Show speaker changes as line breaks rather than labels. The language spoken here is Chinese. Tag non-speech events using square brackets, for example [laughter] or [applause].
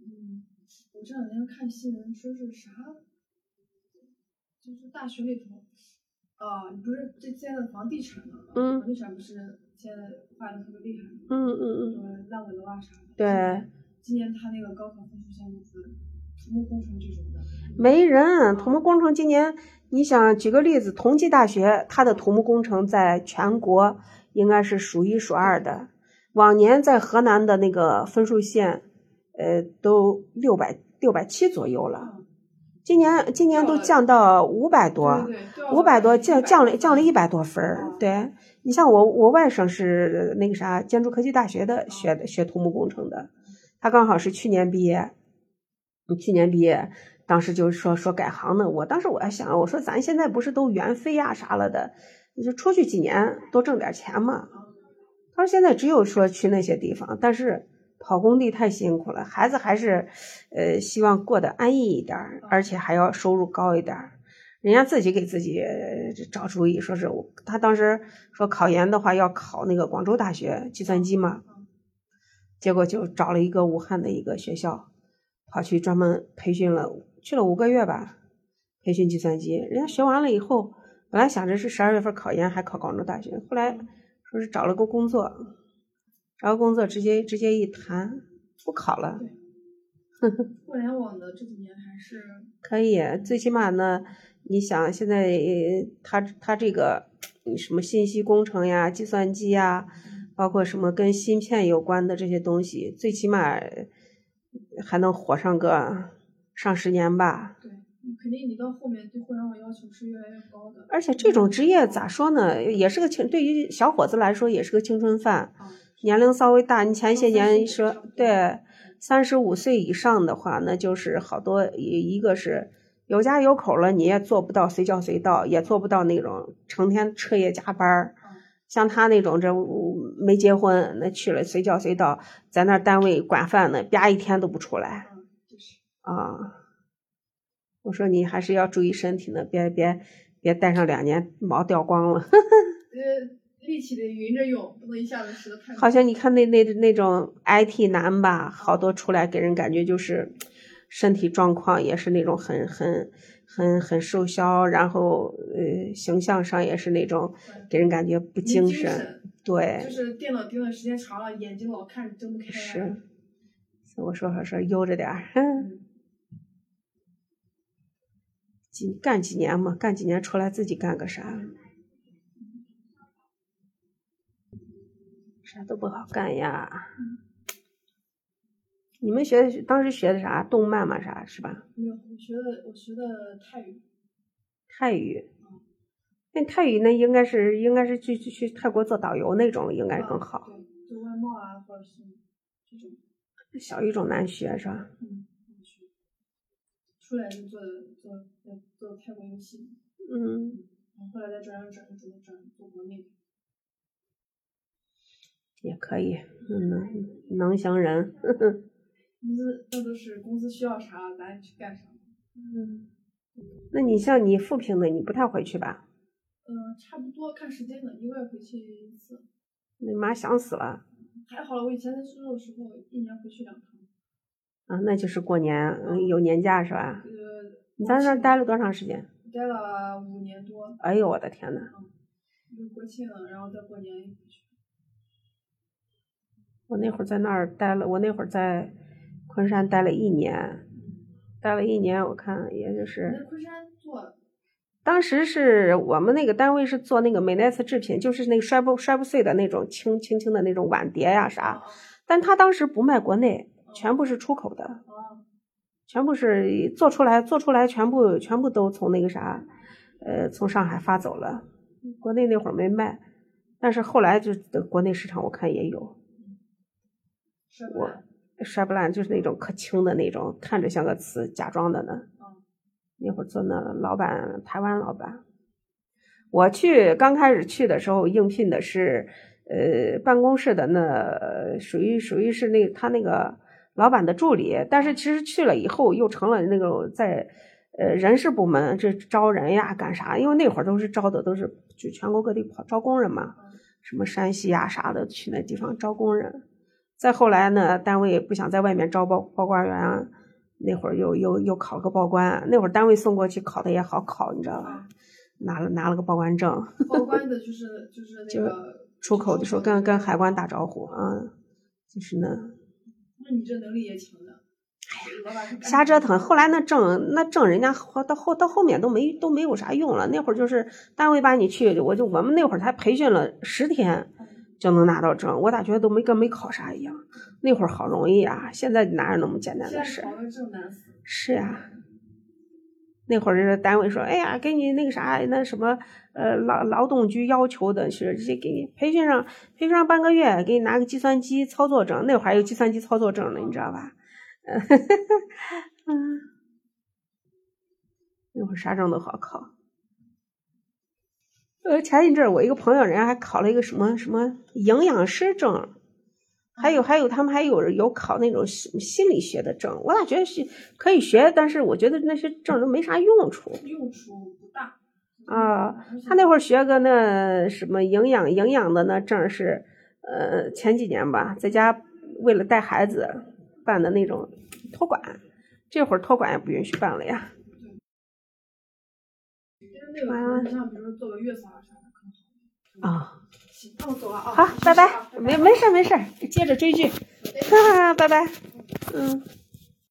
嗯，我这两天看新闻说是啥，就是大学里头，啊，你不是这现在的房地产嘛，
嗯
房地产不是现在画的特别厉害吗？
嗯嗯嗯，
呃，烂尾楼啊啥的。
对。
今年他那个高考分数线就是土木工程这种的，
没人。土木工程今年，你想举个例子，同济大学它的土木工程在全国应该是数一数二的。往年在河南的那个分数线，呃，都六百六百七左右了。
嗯
今年今年都降到五百多，
对对对，
五百多降降了降了一
一
百多分儿
嗯。
对你像我我外甥是那个啥建筑科技大学的学的学土木工程的，他刚好是去年毕业，嗯去年毕业，当时就说说改行呢。我当时我还想，我说咱现在不是都原飞呀、啥了的，你就出去几年多挣点钱嘛。他说现在只有说去那些地方，但是跑工地太辛苦了，孩子还是呃希望过得安逸一点儿，而且还要收入高一点儿。人家自己给自己呃找主意，说是我他当时说考研的话要考那个广州大学计算机嘛，结果就找了一个武汉的一个学校，跑去专门培训了，去了五个月吧，培训计算机。人家学完了以后，本来想着是十二月份考研，还考广州大学，后来说是找了个工作，找个工作直接直接一谈不考了，
互联网的这几年还是
可以，最起码呢，你想现在呃他他这个嗯什么信息工程呀、计算机呀，包括什么跟芯片有关的这些东西，最起码呃还能火上个上十年吧。
对，肯定你到后面对互联网要求是越来越高的。嗯
而且这种职业咋说呢，也是个青，对于小伙子来说也是个青春饭。
啊，
年龄稍微大，你前些
到35
年
以
说
上
对，三十五岁以上的话，那就是好多一一个是有家有口了，你也做不到随叫随到，也做不到那种成天彻夜加班儿
嗯。
像他那种这嗯没结婚，那去了随叫随到，在那儿单位管饭呢，啪一天都不出来
嗯，就是
啊。我说你还是要注意身体呢，别别别待上两年毛掉光了。
呃，力气得匀着用，不能一下子使得太
好像你看那那那种 IT 男吧，好多出来给人感觉就是身体状况也是那种很很很很瘦削，然后呃形象上也是那种给人感觉不
没
精
神，
神，哎对
就，是电脑盯的时间长了，眼睛老看着睁不开、啊。
是。所以我说说说悠着点儿， [laughs]
嗯，
几干几年嘛，干几年出来自己干个啥，啥都不好干呀。你们学的当时学的啥？动漫嘛，啥是吧？
没有，我学的我学的泰语，
泰语。那泰语那应该是应该是去去去泰国做导游那种，应该哎更好。
啊对，就外贸啊，或者是这种，
小语种难学是吧？
嗯，我学出来就做做做做泰国游戏，
嗯，
然后后来再转转转转转做国内的，
也可以，嗯能能行人。
工资那都是公司需要啥，咱去干啥。
嗯，那你像你复评的，你不太回去吧？
嗯、差不多看时间的，一个月回去一次。
你妈想死了
还好了，我以前在苏州的时候，一年回去两趟。
啊！那就是过年嗯有年假是吧？
呃，
你在那儿待了多长时间？
待了五年多，
哎呦我的天呐，
就国庆了，然后再过年一回去。
我那会儿在那儿待了，我那会儿在昆山待了一年，待了一年，我看也就是。
你在昆山做，
当时是我们那个单位是做那个美奈斯制品，就是那个摔不摔不碎的那种轻轻轻的那种碗碟呀、啥，
啊
但他当时不卖国内，
啊
全部是出口的，
啊，
全部是做出来做出来全部全部都从那个啥，呃，从上海发走了，国内那会儿没卖，但是后来就呃国内市场我看也有，
是
我摔不烂就是那种可轻的那种，看着像个瓷假装的呢。
啊，
那会儿做那老板，台湾老板。我去刚开始去的时候，应聘的是呃办公室的那呃属于属于是那他那个老板的助理，但是其实去了以后又成了那种在呃人事部门这招人呀干啥？因为那会儿都是招的都是啊就全国各地跑招工人嘛，什么山西呀啥的去那地方招工人。再后来呢，单位不想在外面招报报关员，啊那会儿又又又考了个报关，那会儿单位送过去考的也好考，你知道吧？拿了拿了个报关证，
报关的就是就是那个
出口的时候跟跟海关打招呼啊，就是呢。
那你这能力也强的，哎呀，
瞎折腾。后来那证那证人家后到后到后面都没都没有啥用了。那会儿就是单位把你去，我就我们那会儿才培训了十天就能拿到证，我咋觉得都没跟没考啥一样？那会儿好容易啊，现在哪有那么简单的事？
现在考个证难死。
是呀、那会儿是单位说，哎呀，给你那个啥那什么呃劳劳动局要求的是，直接给你培训上培训上半个月，给你拿个计算机操作证。那会儿还有计算机操作证呢，你知道吧？ [laughs] 嗯，那会儿啥证都好考。呃，前一阵儿我一个朋友，人家还考了一个什么什么营养师证，还有还有他们还有有考那种心心理学的证。我咋觉得是可以学，但是我觉得那些证都没啥用处。
用处不大。
啊
而且，
他那会儿学个那什么营养营养的那证儿是，呃，前几年吧，在家为了带孩子办的那种托管，这会儿托管也不允许办了呀。
其实那个可能你像比如说做个月嫂啊啥的更好。
啊，
行，那我走了啊。
好
你，去
拜
睡
拜
啊，
[laughs] 没没事儿没事儿，接着追剧，哈哈，拜拜，嗯。